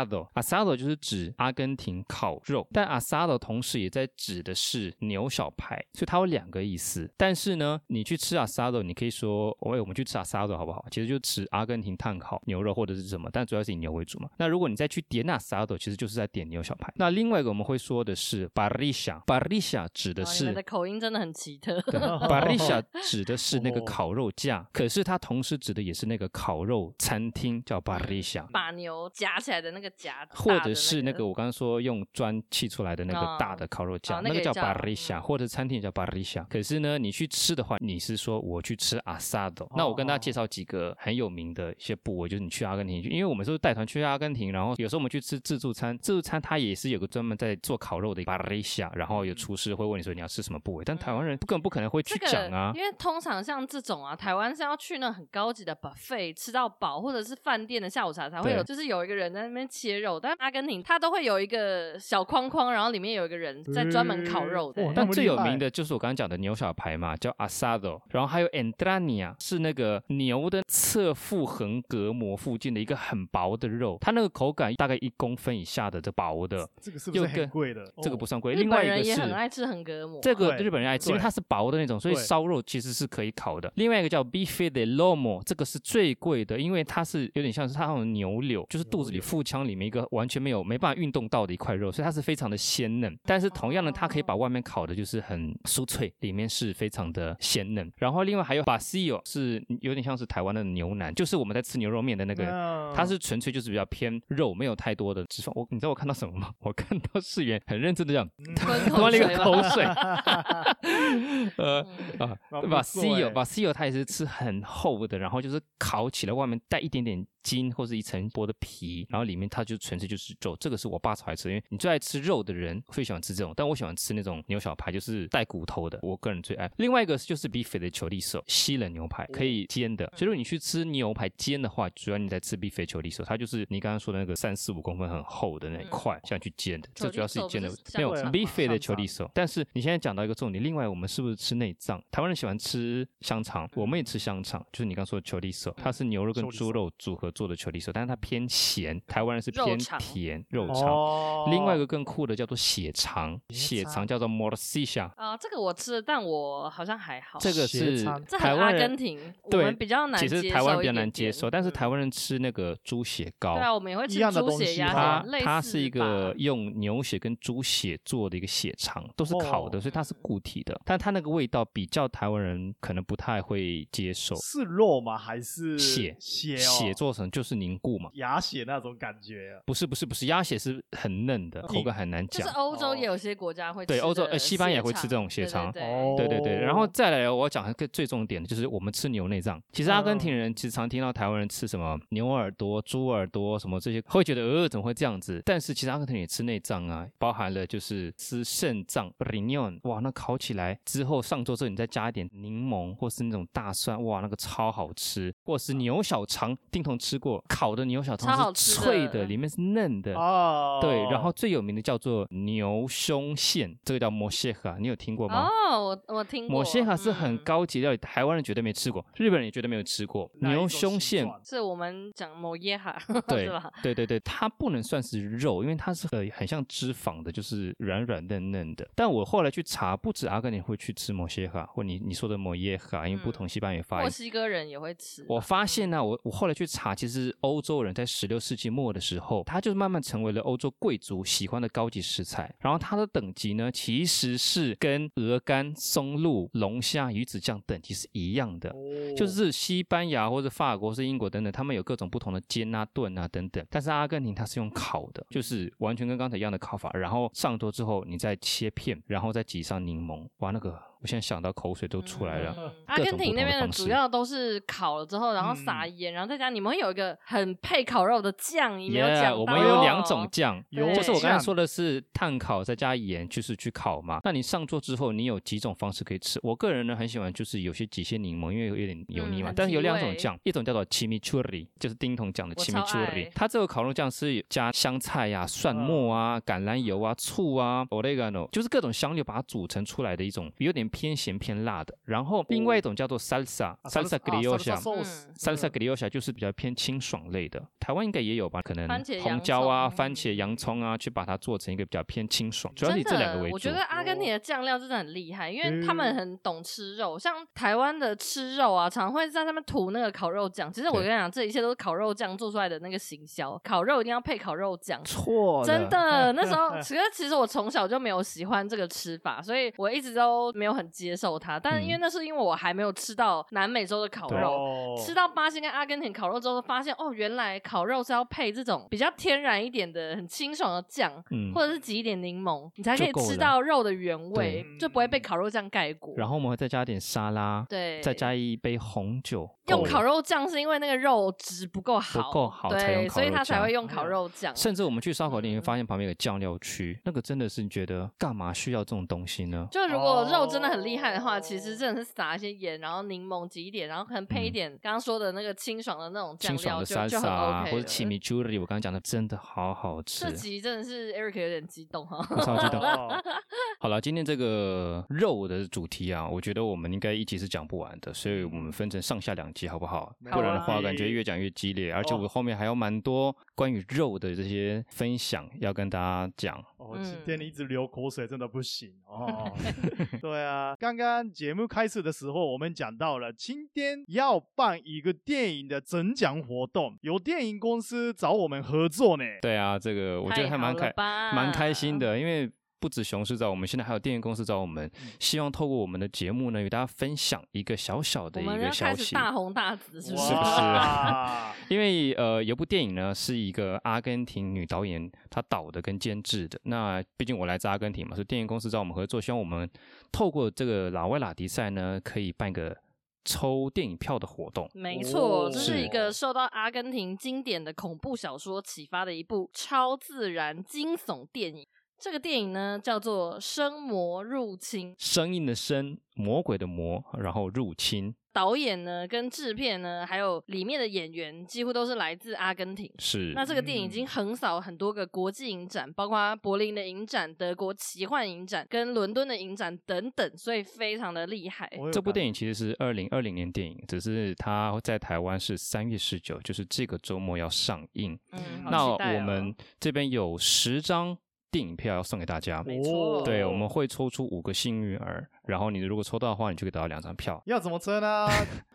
Speaker 1: asado，asado 就是指阿根廷烤肉，但 asado 同时也在指的是牛小排，所以它有两个意思。但是呢，你去吃 asado，你可以说，喂，我们去吃 asado 好不好？其实就吃阿根廷炭烤牛肉或者是什么，但主要是以牛为主嘛。那如果你再去点 asado，其实就是在点牛小排。那另外一个我们会说的是 barrisha，barrisha 指的
Speaker 2: 哦你
Speaker 1: 是
Speaker 2: 们的口音真的很奇特，
Speaker 1: Barisha 指的是那个
Speaker 3: 哦
Speaker 1: 烤肉架，可是它同时指的也是那个烤肉餐厅，叫 Barisha。
Speaker 2: 把牛夹起来的那个夹，
Speaker 1: 或
Speaker 2: 嗯大的
Speaker 1: 者是 那
Speaker 2: 那
Speaker 1: 个我刚刚说用砖砌出来的那个
Speaker 2: 哦
Speaker 1: 大的烤肉架，
Speaker 2: 哦那个也
Speaker 1: 叫
Speaker 2: 叫
Speaker 1: barisha，
Speaker 2: 嗯
Speaker 1: 或者餐厅也叫 barisha。可是呢，你去吃的话，你是说我去吃 asado。那我跟大家
Speaker 2: 哦
Speaker 1: 介绍几个很有名的一些部位，就是你去阿根廷，因为我们是带团去阿根廷，然后有时候我们去吃自助餐，自助餐它也是有个专门在做烤肉的 barisha，然后有厨师会问你说你要吃什么部位，但台湾人根本不可能会去
Speaker 2: 嗯这个
Speaker 1: 讲啊，。
Speaker 2: 因为通常像这种啊，台湾是要去那种很高级的 buffet 吃到饱，或者是饭店的下午茶才会
Speaker 1: 对
Speaker 2: 有，就是有一个人在那边切肉。但阿根廷它都会有一个小框框，然后里面有一个人在专门烤肉的欸
Speaker 1: 嗯哦
Speaker 3: 哇。那
Speaker 1: 但
Speaker 3: 么
Speaker 1: 最
Speaker 3: 厉
Speaker 1: 有
Speaker 3: 害
Speaker 1: 名的就是我刚刚讲的牛小排嘛，叫 asado，然后还有 entrania 是那个牛的侧腹横膈膜附近的一个很薄的肉，它那个口感大概一公分以下的这薄的，
Speaker 3: 这个是不是
Speaker 1: 又更
Speaker 3: 很贵的？哦
Speaker 1: 这个不
Speaker 3: 是，
Speaker 1: 算贵。
Speaker 2: 哦日
Speaker 1: 另外
Speaker 2: 本
Speaker 1: 一个
Speaker 2: 人也很
Speaker 1: 是
Speaker 2: 爱吃横膈膜啊，
Speaker 1: 这个
Speaker 3: 对
Speaker 1: 日本人爱吃，因为
Speaker 3: 对
Speaker 1: 它是薄的那种，所以
Speaker 3: 对
Speaker 1: 烧肉其实是可以烤的。另外一个叫 bife de lomo，这个是最贵的，因为它是有点像是它那种牛柳，就是肚子里
Speaker 3: 牛柳
Speaker 1: 腹腔里面一个完全没有没办法运动到的一块肉，所以它是非常的鲜嫩。但是同样的，它可以把
Speaker 3: 哦
Speaker 1: 外面烤的就是很酥脆，里面是非常的鲜嫩。然后另外还有 basilio 是有点像是台湾的牛腩，就是我们在吃牛肉面的那个
Speaker 3: 嗯
Speaker 1: 它是纯粹就是比较偏肉，没有太多的脂肪。我你知道我看到什么吗？ 我看到世元很认真的讲，
Speaker 3: 嗯
Speaker 2: 吞
Speaker 1: 吞
Speaker 2: 口
Speaker 1: 了一
Speaker 2: 水
Speaker 1: 个
Speaker 2: 吧
Speaker 1: 口水， 呃。
Speaker 2: 嗯
Speaker 1: 啊，
Speaker 3: 啊
Speaker 1: 对
Speaker 3: 不
Speaker 1: 吧
Speaker 3: 错
Speaker 1: ？C 油
Speaker 2: 哎
Speaker 3: 欸
Speaker 1: 把 C 油它也是吃很厚的，然后就是烤起来，外面带一点点筋或是一层薄的皮，然后里面它就纯粹就是肉。这个是我爸超爱吃，因为你最爱吃肉的人最喜欢吃这种，但我喜欢吃那种牛小排，就是带骨头的，我个人最爱。另外一个是就是比菲的球利手西冷牛排，可以煎
Speaker 2: 哦
Speaker 1: 的。所以如果你去吃牛排煎的话，主要你在吃比菲球利手，它就是你刚刚说的那个三四五公分很厚的那一
Speaker 2: 嗯
Speaker 1: 块，像去煎的。这主要是你煎的
Speaker 2: 手不是，
Speaker 1: 没有
Speaker 2: 香肠
Speaker 1: beef
Speaker 3: 吗
Speaker 1: 的球 o 手。但是你现在讲到一个重点，另外我们是不是吃内脏？台湾人喜欢吃香肠，我们也吃香肠，就是你刚说的球 o
Speaker 3: 嗯
Speaker 1: 手，它是牛肉跟
Speaker 3: chorizo
Speaker 1: 猪肉组合做的球 o 手，但是它偏咸，台湾人是
Speaker 2: 肉
Speaker 1: 偏
Speaker 2: 肠
Speaker 1: 甜肉肠。
Speaker 3: 哦，
Speaker 1: 另外一个更酷的叫做血肠，
Speaker 3: 血
Speaker 1: 血
Speaker 3: 肠
Speaker 1: 肠叫做 morcilla，
Speaker 2: 啊，这个我吃了，但我好像还好。
Speaker 1: 这个
Speaker 3: 血
Speaker 1: 是
Speaker 3: 肠
Speaker 2: 这
Speaker 1: 台
Speaker 2: 很
Speaker 1: 湾
Speaker 2: 阿根
Speaker 1: 人。
Speaker 2: 廷，我
Speaker 1: 对
Speaker 2: 们比较难
Speaker 1: 其
Speaker 2: 接受
Speaker 1: 实台湾比较难
Speaker 2: 一点
Speaker 1: 接
Speaker 2: 点
Speaker 1: 受，但是
Speaker 3: 嗯
Speaker 1: 台湾人吃那个猪血糕，
Speaker 2: 对啊，我们也会吃
Speaker 3: 一样的
Speaker 2: 猪
Speaker 3: 东
Speaker 2: 血
Speaker 3: 西啊
Speaker 2: 鸭
Speaker 1: 它
Speaker 2: 血，啊类
Speaker 1: 哦它
Speaker 2: 似
Speaker 1: 是一
Speaker 2: 吧
Speaker 1: 个用牛血跟猪血做的一个血肠，都是烤的，
Speaker 3: 哦
Speaker 1: 所以它是固体的，但它那个味道比较台湾人可能不太会接受。
Speaker 3: 是肉吗？还是
Speaker 1: 血
Speaker 3: 血哦
Speaker 1: 血做成就是凝固嘛？
Speaker 3: 鸭血那种感觉啊？
Speaker 1: 不是不是不是，鸭血是很嫩的，口感很难
Speaker 2: 就
Speaker 1: 讲
Speaker 2: 是。欧洲
Speaker 3: 哦
Speaker 2: 也有些国家会
Speaker 1: 对
Speaker 2: 吃
Speaker 1: 欧洲
Speaker 2: 的
Speaker 1: 呃西班牙也会
Speaker 2: 血
Speaker 1: 吃这种血
Speaker 2: 对对
Speaker 1: 肠
Speaker 2: 对
Speaker 3: 哦
Speaker 1: 对对对，然后再来我要讲一个最重点的，就是我们吃牛内脏。其实阿根
Speaker 2: 嗯
Speaker 1: 廷人其实常听到台湾人吃什么牛耳朵、猪耳朵什么这些，会觉得呃怎么会这样子？但是其实阿根廷也吃内脏啊，包含了就是吃肾脏 （riñon），哇，那烤起来之后上桌之后，你再加一点柠檬或是那种大蒜，哇，那个超好吃。或是牛小肠，丁彤吃过，烤的牛小
Speaker 2: 超
Speaker 1: 肠
Speaker 2: 好
Speaker 1: 是
Speaker 2: 吃
Speaker 1: 脆
Speaker 2: 的
Speaker 1: 的，里面是嫩的。
Speaker 3: 哦，
Speaker 1: 对，然后最有名的叫做牛胸腺，这个叫 m o s h e k a 你有听过吗？
Speaker 2: 哦，我我听过，
Speaker 1: 某些卡是很
Speaker 2: 嗯，
Speaker 1: 高级料理，台湾人绝对没吃过，日本人也绝对没有吃过
Speaker 3: 哪一种
Speaker 1: 牛胸
Speaker 3: 形
Speaker 1: 腺。
Speaker 3: 状
Speaker 2: 是我们讲某耶哈
Speaker 1: 对
Speaker 2: 是吧？
Speaker 1: 对对对，它不能算是肉，因为它是呃很像脂肪的，就是软软嫩嫩的。但我后来去查，不止阿根廷会去吃某些哈，或你你说的某耶哈，因为不
Speaker 2: 嗯
Speaker 1: 同西班牙发
Speaker 2: 墨
Speaker 1: 音。
Speaker 2: 西哥人也会吃吧，
Speaker 1: 我发现
Speaker 3: 嗯
Speaker 1: 呢、我我后来去查，其实欧洲人在十六世纪末的时候，他就慢慢成为了欧洲贵族喜欢的高级食材。然后它的等级呢，其实是跟鹅肝、松露、龙虾、鱼子酱等级是一样的。
Speaker 3: 哦
Speaker 1: 就是西班牙或者法国、是英国等等，他们有各种不同的煎啊、炖啊等等。但是阿根廷它是用烤的，就是完全跟刚才一样的烤法，然后上桌之后你再切片，然后再挤上柠檬，哇，那个我现在想到口水都出来了。
Speaker 2: 嗯阿
Speaker 1: 各
Speaker 2: 根
Speaker 1: 种
Speaker 2: 廷
Speaker 1: 不
Speaker 2: 那
Speaker 1: 同的
Speaker 2: 边的
Speaker 1: 方
Speaker 2: 主
Speaker 1: 式嗯
Speaker 2: 要都是烤了之后，然后撒盐，然后再加你们会有一个很配烤肉的酱，你没有讲
Speaker 1: Yeah，
Speaker 2: 到哦
Speaker 1: 我们有两种酱，
Speaker 3: 油
Speaker 2: 对
Speaker 1: 就是我刚才
Speaker 3: 酱
Speaker 1: 说的是炭烤再加盐，就是去烤嘛。那你上桌之后，你有几种方式可以吃？我个人呢很喜欢，就是有些挤些柠檬，因为有点油腻
Speaker 2: 嗯
Speaker 1: 嘛。
Speaker 2: 很
Speaker 1: 但是有
Speaker 2: 提
Speaker 1: 两种
Speaker 2: 味
Speaker 1: 酱，一种叫做 chimichurri，就是丁彤讲的
Speaker 2: 我超
Speaker 1: chimichurri
Speaker 2: 爱。嗯
Speaker 1: 它这个烤肉酱是有加香菜呀、蒜末啊、橄榄油啊、醋啊、oregano，就是各种香料把它组成出来的一种，有点偏咸偏辣的。然后另外一种叫做 salsa，salsa
Speaker 3: 哦啊 salsa
Speaker 1: criolla。
Speaker 3: sauce，
Speaker 2: 嗯
Speaker 1: 三色
Speaker 3: 嗯
Speaker 1: g r i o s h 就是比较偏清爽类的，台湾应该也有吧？可能
Speaker 2: 番茄洋
Speaker 1: 红椒啊、
Speaker 2: 葱
Speaker 1: 番茄、洋葱啊，去把它做成一个比较偏清爽，主要是以
Speaker 2: 真
Speaker 1: 这两个
Speaker 2: 的
Speaker 1: 为，主。哦
Speaker 2: 我觉得阿根廷的酱料真的很厉害，因为他们
Speaker 3: 嗯
Speaker 2: 很懂吃肉，像台湾的吃肉啊，常会在上面涂那个烤肉酱。其实我
Speaker 1: 对
Speaker 2: 跟你讲，这一切都是烤肉酱做出来的那个行销，烤肉一定要配烤肉酱。
Speaker 1: 错
Speaker 2: 真的，那时候 其实其实我从小就没有喜欢这个吃法，所以我一直都没有很接受它。但因为
Speaker 1: 嗯
Speaker 2: 那是因为我还没有吃到南美洲的烤
Speaker 1: 对
Speaker 2: 肉，
Speaker 3: 哦
Speaker 2: 吃到巴西跟阿根廷烤肉之后，发现哦，原来烤肉是要配这种比较天然一点的、很清爽的酱，
Speaker 1: 嗯
Speaker 2: 或者是挤一点柠檬，你才可以
Speaker 1: 就够
Speaker 2: 吃
Speaker 1: 了
Speaker 2: 到肉的原味，
Speaker 3: 对
Speaker 2: 就不会被烤肉酱盖过。
Speaker 1: 然后我们会再加点沙拉，
Speaker 2: 对，
Speaker 1: 再加一杯红酒，哦
Speaker 2: 用
Speaker 1: 够了
Speaker 2: 烤。肉酱是因为那个肉质不够好，
Speaker 1: 不够好才用
Speaker 2: 对，
Speaker 1: 烤
Speaker 2: 所以
Speaker 1: 肉
Speaker 2: 他才
Speaker 1: 酱
Speaker 2: 会用烤肉酱。
Speaker 1: 甚至我们去烧烤店，你
Speaker 2: 嗯
Speaker 1: 会发现旁边有个酱料区，那个真的是你觉得干嘛需要这种东西呢？
Speaker 2: 就如果肉真的很厉害的话，其实真的是撒一些盐，然后柠檬挤一点，然后可能配一
Speaker 1: 哦嗯
Speaker 2: 点刚刚说的那个清爽的那种酱
Speaker 1: 清爽
Speaker 2: 料，
Speaker 1: 的
Speaker 2: 就就
Speaker 1: salsa
Speaker 2: 很
Speaker 1: 啊或
Speaker 2: OK
Speaker 1: 者
Speaker 2: 了
Speaker 1: c h i m i c h u r i 我刚刚讲的真的好好吃
Speaker 2: 这，集真的是 Eric 有点激动哈。
Speaker 1: 我超 激动。
Speaker 3: 哦，
Speaker 1: 好了，今天这个肉的主题啊，我觉得我们应该一集是讲不完的，所以我们分成上下两集好不好？
Speaker 3: 没
Speaker 1: 不然的
Speaker 2: 问
Speaker 1: 话，
Speaker 3: 题
Speaker 1: 感觉越讲越激烈，而且
Speaker 3: 哦
Speaker 1: 我后面还有蛮多关于肉的这些分享要跟大家讲。
Speaker 3: 哦，
Speaker 2: 嗯
Speaker 3: 今天你一直流口水真的不行 哦。对啊，刚刚节目开始的时候，我们讲到了今天要办一个电影的整奖活动，有电影公司找我们合作呢。
Speaker 1: 对啊，这个 我觉得还蛮开蛮
Speaker 2: 蛮
Speaker 1: 开心。的，因为不止雄狮找我们，现在还有电影公司找我们，
Speaker 2: 嗯
Speaker 1: 希望透过我们的节目呢，与大家分享一个小小
Speaker 2: 我
Speaker 1: 的一
Speaker 2: 们要
Speaker 1: 个消
Speaker 2: 开始
Speaker 1: 息。
Speaker 2: 大红大紫，是不是？
Speaker 3: 哇
Speaker 1: 因为呃，有部电影呢是一个阿根廷女导演她导的跟监制的。那毕竟我来自阿根廷嘛，所以电影公司找我们合作，希望我们透过这个老外拉迪赛呢，可以办一个抽电影票的活动。
Speaker 2: 没错，
Speaker 3: 哦
Speaker 2: 这是一
Speaker 1: 是
Speaker 2: 个受到阿根廷经典的恐怖小说启发的一部超自然惊悚电影。这个电影呢叫做《生魔入侵》，
Speaker 1: 生硬的生，魔鬼的魔，然后入侵
Speaker 2: 导演呢跟制片呢，还有里面的演员几乎都是来自阿根廷。
Speaker 1: 是嗯
Speaker 2: 那这个电影已经横扫很多个国际影展，包括柏林的影展、德国奇幻影展跟伦敦的影展等等，所以非常的厉害。
Speaker 3: 我有
Speaker 1: 这部
Speaker 3: 感
Speaker 1: 电影其实是二零二零年电影，只是它在台湾是三月十九，就是这个周末要上映。
Speaker 2: 嗯，
Speaker 1: 那
Speaker 2: 好期待哦
Speaker 1: 我们这边有十张电影票要送给大家，
Speaker 2: 哦没错，
Speaker 1: 哦对，我们会抽出五个幸运儿，然后你如果抽到的话，你就可以得到两张票。
Speaker 3: 要怎么称呢？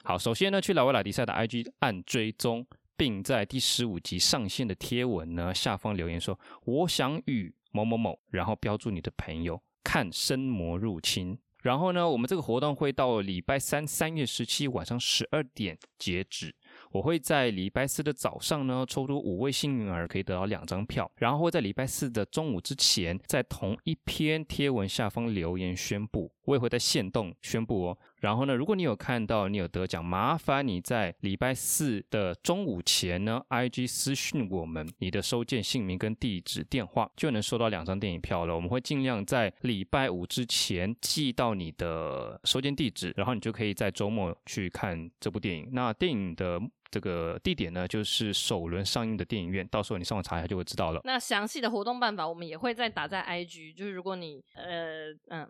Speaker 1: 好，首先呢，去老维拉迪赛的 IG 按追踪，并在第十五集上线的贴文呢下方留言说“我想与某某某”，然后标注你的朋友看《生魔入侵》。然后呢，我们这个活动会到礼拜三三月十七晚上十二点截止。我会在礼拜四的早上呢，抽出五位幸运儿，可以得到两张票，然后会在礼拜四的中午之前，在同一篇贴文下方留言宣布，我也会在线动宣布哦。然后呢，如果你有看到你有得奖，麻烦你在礼拜四的中午前呢，IG 私讯我们你的收件姓名跟地址、电话，就能收到两张电影票了。我们会尽量在礼拜五之前寄到你的收件地址，然后你就可以在周末去看这部电影。那电影的这个地点呢，就是首轮上映的电影院，到时候你上网查一下就会知道了。
Speaker 2: 那详细的活动办法，我们也会再打在 IG。就是如果你呃 嗯，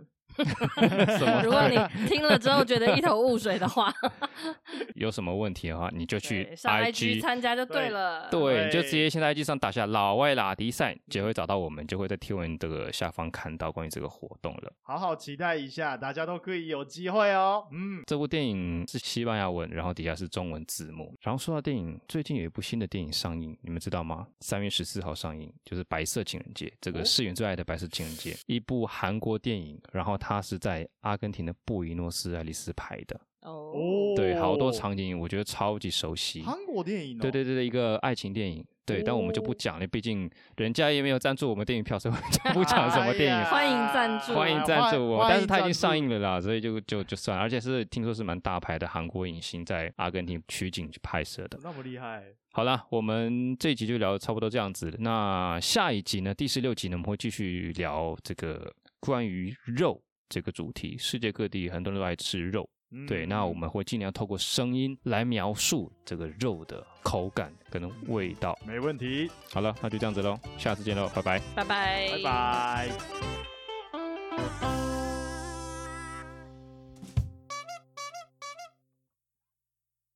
Speaker 1: 么
Speaker 2: 如果你听了之后觉得一头雾水的话，
Speaker 1: 有什么问题的话，你就 去
Speaker 2: 对上 IG 参加就对
Speaker 3: 对
Speaker 2: 了。
Speaker 1: 对，你就直
Speaker 3: 对
Speaker 1: 接先在 IG 上打下“老外拉迪赛”，就
Speaker 3: 嗯
Speaker 1: 会找到我们，就会在贴文这个下方看到关于这个活动了。
Speaker 3: 好好期待一下，大家都可以有机会哦。嗯，
Speaker 1: 这部电影是西班牙文，然后底下是中文字幕。然后说到电影，最近有一部新的电影上映，你们知道吗？三月十四号上映，就是《白色情人节》，这个
Speaker 3: 哦
Speaker 1: 世人最爱的白色情人节，一部韩国电影。然后它是在阿根廷的布宜诺斯艾利斯拍的，
Speaker 2: 哦
Speaker 3: 哦，
Speaker 1: 对，好多场景我觉得超级熟悉。
Speaker 3: 韩国电影哦，
Speaker 1: 对对对对，一个爱情电影。对，但我们就不
Speaker 3: 哦
Speaker 1: 讲了，毕竟人家也没有赞助我们电影票，所以我们就不讲什么电影
Speaker 3: 哎呀。
Speaker 2: 欢迎赞助
Speaker 1: 欢迎赞助我，
Speaker 3: 欢
Speaker 1: 但是它已
Speaker 3: 欢
Speaker 1: 经
Speaker 3: 迎
Speaker 1: 上映
Speaker 3: 赞
Speaker 1: 了啦，所以就就就算了，而且是听说是蛮大牌的韩国影星在阿根廷取景去拍摄的
Speaker 3: 助，。那么厉害，
Speaker 1: 好啦，我们这一集就聊得差不多这样子了。那下一集呢，第十六集呢，我们会继续聊这个关于肉这个主题，世界各地很多人都爱吃肉。
Speaker 3: 嗯
Speaker 1: 对，那我们会尽量透过声音来描述这个肉的口感跟味道。
Speaker 3: 没问题，
Speaker 2: 哎
Speaker 1: 好了，那就这样子喽，下次见喽，拜拜。
Speaker 2: 拜拜，
Speaker 3: 拜拜。